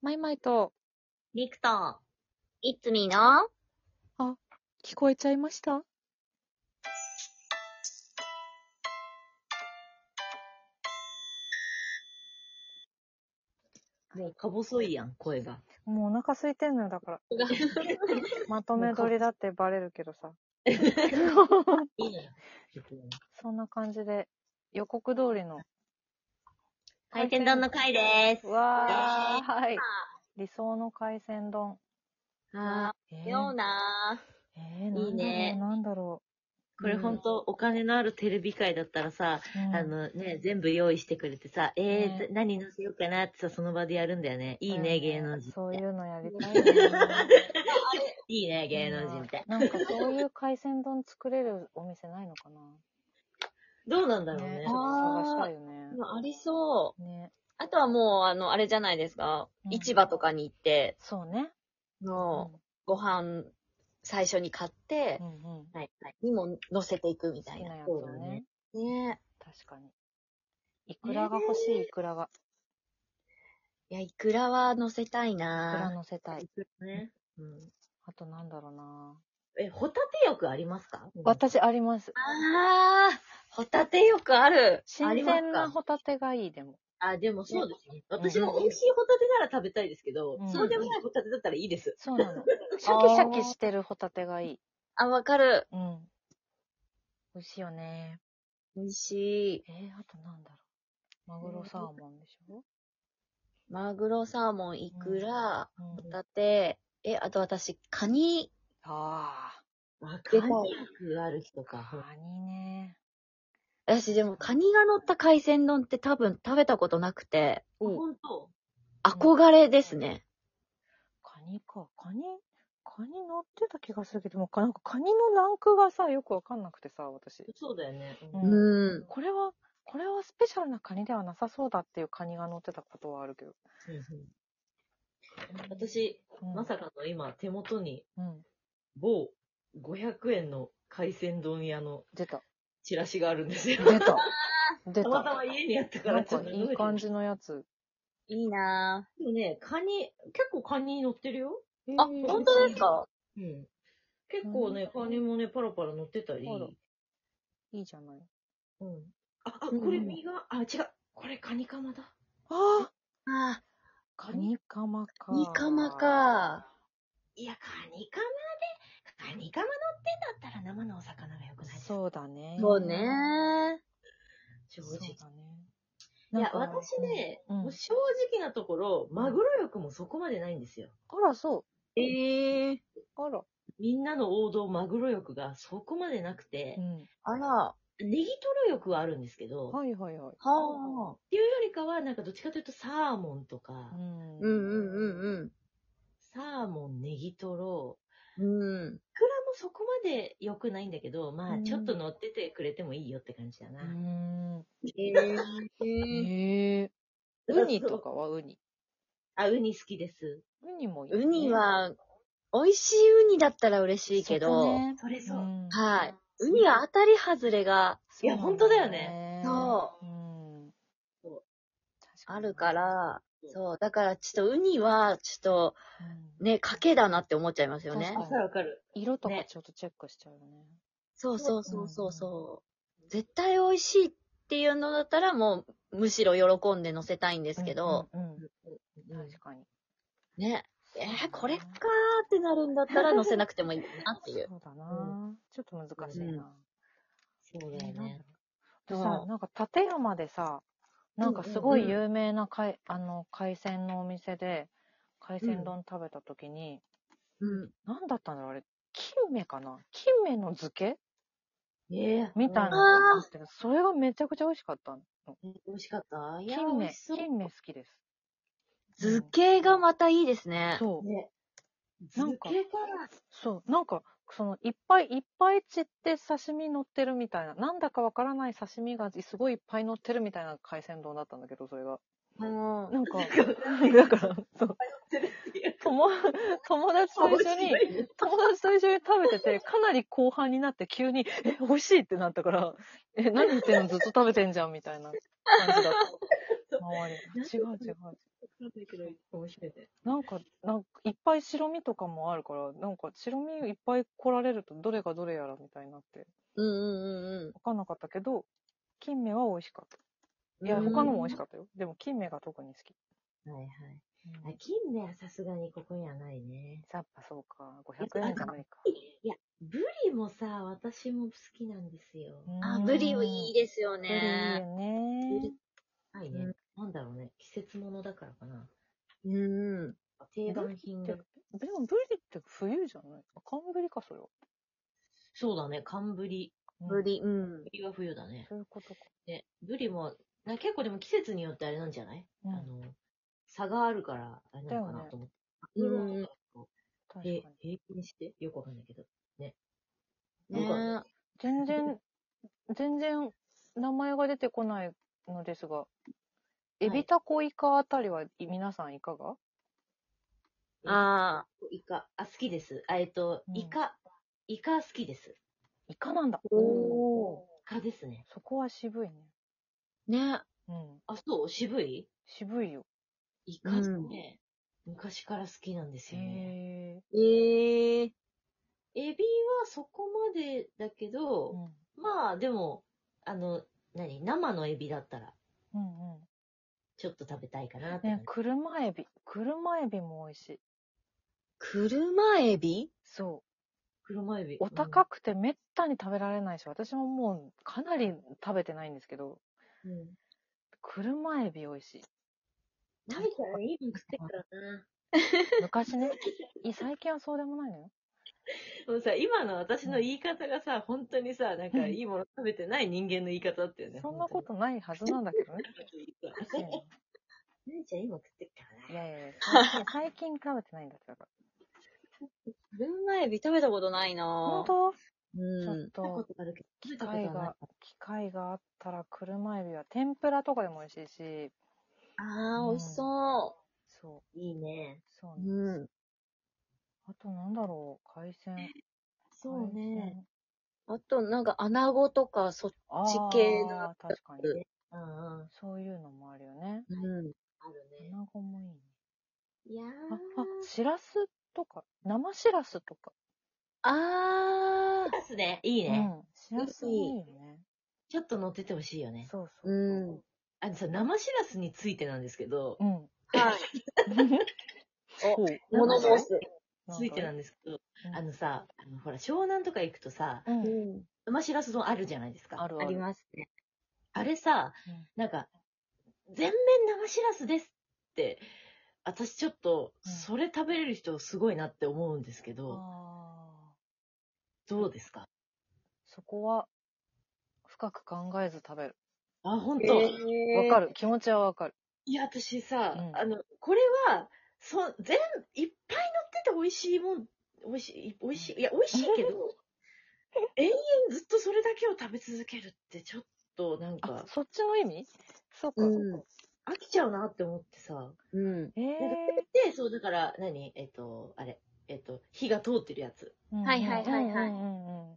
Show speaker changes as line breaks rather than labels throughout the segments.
マイマイと
リクと、いつみの、
聞こえちゃいました
もうか細いやん、声が。
もうお腹空いてんのよ、だから。まとめ撮りだってバレるけどさ。
いいね。
そんな感じで、予告通りの。
海鮮丼の回です。
わー、
イ
はい。理想の海鮮丼。
あ
え
ー、よう
ー、
なー。
えー、なん
い
だろ、
ういね
なんだろ
これほんと、お金のあるテレビ界だったらさ、
う。うん
あ、のね、全部用意してくれてさ、えー
ね
何乗せようかなってさ、その場でやるんだよね。いいね、芸能人
そう
って。
いうのやりたいね。
いいね、芸能人って。
なんかそういう海鮮丼作れるお店ないのかな。
どうなんだろう
ね
ね
ちょっ。と探したいよね。
ありそう。
ね、
あとはもう、あの、あれじゃないですか。
うん
市場とかに行って、
そうね。
の、ご飯、最初に買って
う、んうんうん。
はい、にも乗せていくみ
好
た
き
い
な
な。
やつ
そう
を
だ
ね
ね。
ね
確かに。いくらが欲しい、いくらが。
いや、いくらは乗せたい
いくら
な
乗せたい。
ねうん
あとなんだろうな
え、ホタテ欲ありますか
私あります。
あー、ホタテよくある。
新
あり
鮮
ます
な
か
ホタテがいい、でも。
あ、でもそうですね。私
うん
も美味しいホタテなら食べたいですけど、
うん
そうでもないホタテだったらいいです。
そうなの。 シャキシャキしてるホタテがいい。
あ、わかる。
うん。美味しいよね。
美味しい。
えー、あとなんだろう。マグロサーモンでしょ
マグロ、サーモン、イクラ、
うん。
ホタテ、え、あと私、カニ、
あ
あ、カ
で
ニ
も
肉ある人
あ、
か。
カニね。
私でもカニが乗った海鮮丼って多分食べたことなくて、
ほんと
憧れですね。
カニか。カニ、カニ乗ってた気がするけど、もうなんかカニのランクがさ、よくわかんなくてさ、私。
そうだよね。
うん
うん。
これは、これはスペシャルなカニではなさそうだっていうカニが乗ってたことはあるけど。
私、
うん
まさかの今、手元に
うん。
某500円の海鮮丼屋の
出た。
チラシがあるん ですよ。
出た。出
たま
た
た。ま家にあったか
な
ら
ん
ちょ
か
っと
いい感
で
じのやつ。
いいな
もね、カニ、結構カニ乗ってるよ。
ぁ。あ、本当ですか
うん。結構ね、カニもね、パラパラ乗ってたり。
あらいいじゃない。
うん。あ、あ、
うん
これ身が、あ、違う。これカニカマだ。
あ
あ
カニカマか。
ニカマ。か。
いや、カニカマで、カニカマ乗ってんだったら生のお魚が良くないですか
そうだね。
そう。ね
正
そう
直。
だね。
いや
な、んか
私、ね、
うん
もう正直なところ、マグロ欲もそこまでないんですよ。
あら、そ
ええー。
う。あら。
みんなの王道マグロ欲がそこまでなくて
う、ん。
あら。
ネギトロ欲はあるんですけど、っ
はいはいはい。
はあ。
ていうよりかは、なんかどっちかというとサーモンとか
う、ん。
うんうんうん
サーモン、ネギトロ、
うん。うん。
いくらもそこまで良くないんだけど、ま
う
あ、
ん
ちょっと乗っててくれてもいいよって感じだな。
うん。
ええー。
へえ。ウニとかはウニ。
あ、ウニ好きです。
ウニもいいね。
ウニは、美味しいウニだったら嬉しいけ
そ
ど、
こね
それそう。
うん。
はい。ウニは当たり外れが
いや、本当だよね。
そう
うん。
そう。
あるからら、そう。だからちょっとウニは、ちょっ
うん
とね、賭けだなって思っちゃいますよ
確
ね
か。
わかるわかる。
色とか
ね
ちょっとチェックしちゃうよね。
そうそうそうそうそう。絶対美味しいっていうのだったらもう、むしろ喜んで乗せたいんですけど、
うんうん
う
うんん、確かに。
ね。えー、これかーってなるんだったら乗せなくてもいいかなっていう。
そうだな、ちょっと難しいな。
そう
え
だよ
ーなん
ね
だ。ろうでさ、なんか立山でさ、なんかすごい有名な海、あの、海鮮のお店で、海鮮丼食べた時に、
うん。
なんだったんだろうあれ、金目かな金目の漬け
ええ
みたいなの
うん
があってそれがめちゃくちゃ美味しかったの。
美味しかった。いや、
金
美
目
味し、そう。
金目好きです。
図形がまたいいですね。
そう。
ね。
なんか
漬けか
そう、なんか、その、いっぱいいっぱい散って刺身乗ってるみたいな、なんだかわからない刺身がすごいいっぱい乗ってるみたいな海鮮丼だったんだけど、それが。
うん。
なんか、だから、そう、友友達と一緒に、
に。
友達と一緒に食べてて、かなり後半になって急に、え、美味しいってなったから、え、 何言ってんのずっと食べてんじゃんみたいな感じだった。周り。違う違う。
なんだけど、面白いね。
なんか、なんかいっぱい白身とかもあるから、なんか白身いっぱい来られるとどれがどれやらみたいになって、
うんうんうんうん。
分かんなかったけど、金目は美味しかった。いや、
うん
他のも美味しかったよ。でも金目が特に好き。
はいはい。
う
あ
ん、
金目はさすがにここにはないね。
やっぱそうか、500円じゃないか。
いや、ブリもさ、私も好きなんですよ。
あ、ブリ
い
いいですよ
ブリいい
ね。
よね。
はいね。なんだろうね。季節物だからかな。
うん。
定番品
ブリ
が
っ。でもブリって冬じゃない寒ブリか、それは。
そうだね。寒ブリ。
うん
ブ。リ、うん
ブ。リは冬だね。
そういうことか。
で、ブリも、な結構でも季節によってあれなんじゃない、
うん
あの、差があるから、あれなのかな
だよね
と思って。
うん
うん。
確か
え
に。、
平均してよくわかんないけど。
ね
どうだ
全然、全然名前が出てこないのですが、
い
エビタコイカあたりは皆さんいかが
ああ、
イカ。あ、好きです。あ、えっと、
うん
イカ。イカ好きです。
イカなんだ。
お
イカですね。
そこは渋いね。
ね。
うん。
あ、そう渋い
渋いよ。
イカって
うん
ね、昔から好きなんです
へ
よね。
え。
ええ
エビはそこまでだけど、
うん。
まあでも、あの、何生のエビだったら、
うんうん。
ちょっと食べたいかなって感
ね
じ、
車エビ。車エビも美味しい。
車エビ
そう。
車エビ。
お高くてめったに食べられないし、私ももうかなり食べてないんですけど、
うん、うん
車エビ美味しい。
食べたらいいもん食ってからな。
昔 ね。い最近はそうでもないのよ。
もうさ、今の私の言い方がさ、本当にさ、なんかいいもの食べてない人間の言い方だったよね。
そんなこ
本
とないはずなんだけどね。
当に。な
う
えちゃん今食ってっか
んい
らな。
やいやいや、最近最近食べてないんだってだから。
車エビ食べたことないな
本
ぁ。
当、
う
ちょっ、
ん。
食べたこととあるけど、食べ
機
たことは
会
ない
が。、機会があったら車エビは天ぷらとかでも美味しいし、
ああ、美味しそ
そ
いいね。
う、そう
う。
ね。
うん。
あとなんだろう、海鮮。
そうね。
あと、なんか、穴子とか、そっち。
海鮮。ああ、
地形が
確かに。
うんうん。あ
そういうのもあるよね。
うん。
るね。
穴子もいいね。
いやー。
あ、あ、しらすとか、生しらすとか。
ああ、
出すね。いいね。
うん。しらすもいいよ
ちょっと乗っててほしいよ
ね。
ね。
そうそ う。
うん。
あのさ、生しらすについてなんですけど、
うん。
はい。
そう
物申す。
ついてな
だ。
んですけど、
うん
あのさ、あのほら、湘南とか行くとさ、
うん。
ん。
生しらす丼あるじゃないですか。
ある
ありますね。
あれさ、
うん
なんか、全面生しらすですって、私ちょっと、
うん
それ食べれる人すごいなって思うんですけ
あ
ど、
あ
どうですか
ー。そこは、深く考えず食べる。
あ、本当、
わ
わか。る。気持ちはわかる。
いや、私さ、
うん
あの、これは、そ、全、いっぱい乗ってて美味しいもん、美味しい、美味しい、いや、美味しいけど、 延々ずっとそれだけを食べ続けるって、ちょっとなん
あ
か、、
そっちの意味そうか。
うん
飽きちゃうなって思ってさ。
うん。
ええ
で、そう、だから、何えっと、あれ、えっと、火が通ってるやつ。
ー。
はいはいはいはい
うんうんうん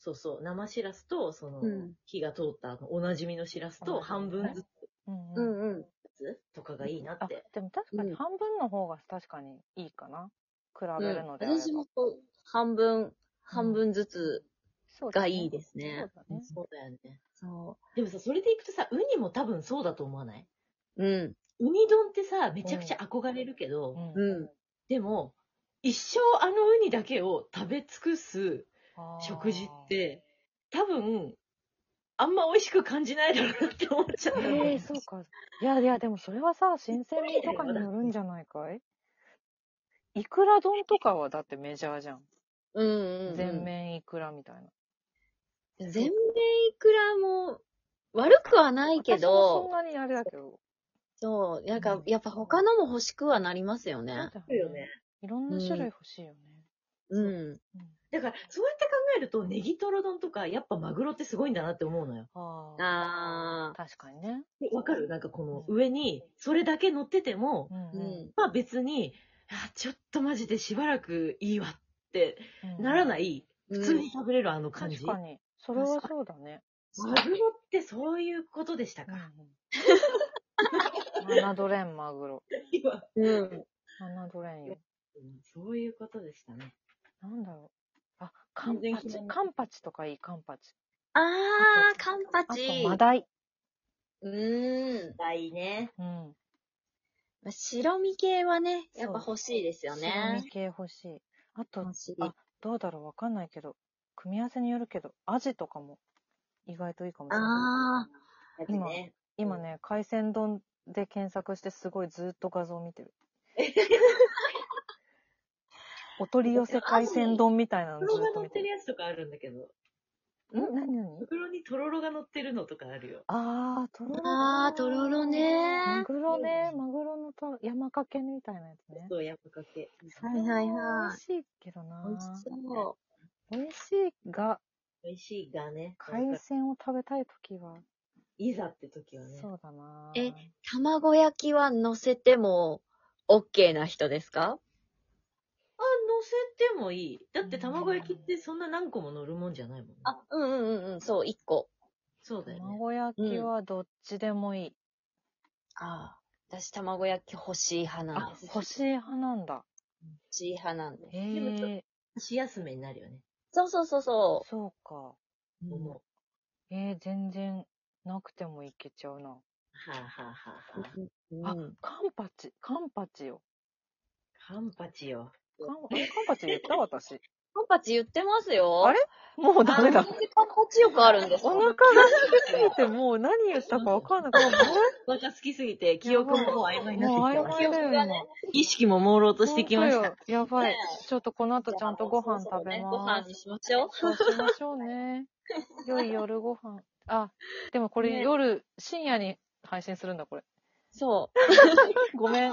そうそう、生しらすと、その、
うん
火が通った、あのおなじみのしらすと、
おなじみ
半分ず
うん
う
うん
んうん。
つとかがいいな
あ
って。、
でも確か
う
に
ん
半分の方が確かにいいかな。比べるのであれば。
私もこう半分、半分ずつ。
そうだね
がいいですね
そうだね。
そうだよね。
そ。
でもさ、それでいくとさ、ウニも多分そうだと思わないう
うん。
ウニ丼ってさ、めちゃくちゃ憧れるけど、
うん
でも、一生あのウニだけを食べ尽くす
あー
食事っ。て、多分、あんま美味しく感じないだろうなって思っちゃう。
ええそうか。いやいや、でもそれはさ、新鮮味とかによるんじゃないかいいくら丼とかはだってメジャーじゃん。
うんうん。
全。面いくらみたいな。
全面いくらも、悪くはないけ
私もそん
ど、
なにあれだけど。
そう、なん
う
か
ん、
やっぱ他のも欲しくはなりますよね。
そう
そうよね。
いろんな種類欲しいよね。
うん。
だから、そうやって考えると、ネギトロ丼とか、やっぱマグロってすごいんだなって思うのよ。
ああ。
ああ。
確かにね。
わかるなんかこの上に、それだけ乗ってても、
うん
う。
うん
まあ別に、あ、ちょっとマジでしばらくいいわって
ん。
ならないい。
うん
普通に食べれるあの感じ。
確かに。それはそうだね。
マグロってそういうことでした
うん
か。
うん7レンマグロ。
今
うん。
7レンよ。
そういうことでしたね。
なんだろう。あ、カンパ
全然決
チ
ま。んない
カンパチとかいい、カンパチ。
あー、カンパ
あと
チ。、
マダイ。
うーん。
大ね。
うん。
白身系はね、やっぱ
そう
欲しいですよ
白
ね
身。系欲しい。あと
欲、しい。
あどうだろうわかんないけど、組み合わせによるけど、アジとかも意外といいかもしれない。
あ
だってね。
今ね、海鮮丼で検索してすごいずーっと画像見て る。お取り寄せ海鮮丼みたいなのず
袋
ーっ
が
と
乗
見
ってて
る。
るやつとかあるんだけど、
ん何何
袋にとろろが乗ってるのとかあるよ。
あー、とろろ
ー。
か。
あー、とろろ
マ
ね
グロね、マグロのと山かけみたいなやつね。
そう、やっぱかけ。
はいはい
美
はい
味。しいけどな
美味しそ
美味しいが、
美味しいがね。
海鮮を食べたいときは、
いざって時はね。
そうだな
えう。卵焼きは乗せても、OK な人ですか
あ、乗せてもいい。だって卵焼きってそんな何個も乗るもんじゃないもんね。
あ、うんうんうんうん、そう、1個。
そうだよね。
卵焼きはどっちでもいい。
あー。私、卵焼き欲しい派なん
あ
です。、
欲しい派なんだ。
欲しい派なんです。
へ
もちょ
え、
箸休めになるよね。
そうそうそうそ
そうか。
思う。
えー、全然なくてもいけちゃうな。
はあはあはあはあ。
う。
あ
うん、
カンパチ、カンパチよ。
カンパチよ。
カン あれカンパチ言った私。
カンパチ言ってますよ。
あれ もうダメ
あ
だ
の。カンパチよくあるんです
お
よ
腹が空いてもう何言ったかわかんなくなった。
バカ好きすぎて、記憶ももう曖昧にな
もう曖
ってき
昧
て
だよ、今。
意識も朦朧としてきまし
本
た。
当よやばい
ね。
ちょっとこの後ちゃんとご飯
じゃあ
食べ
そうそうねご
ま
飯
す。
にしましょう。
そうしましょうね。良 い夜ご飯。あ、でもこれ
ね
夜、深夜に配信するんだ、これ。
そう。
ごめん。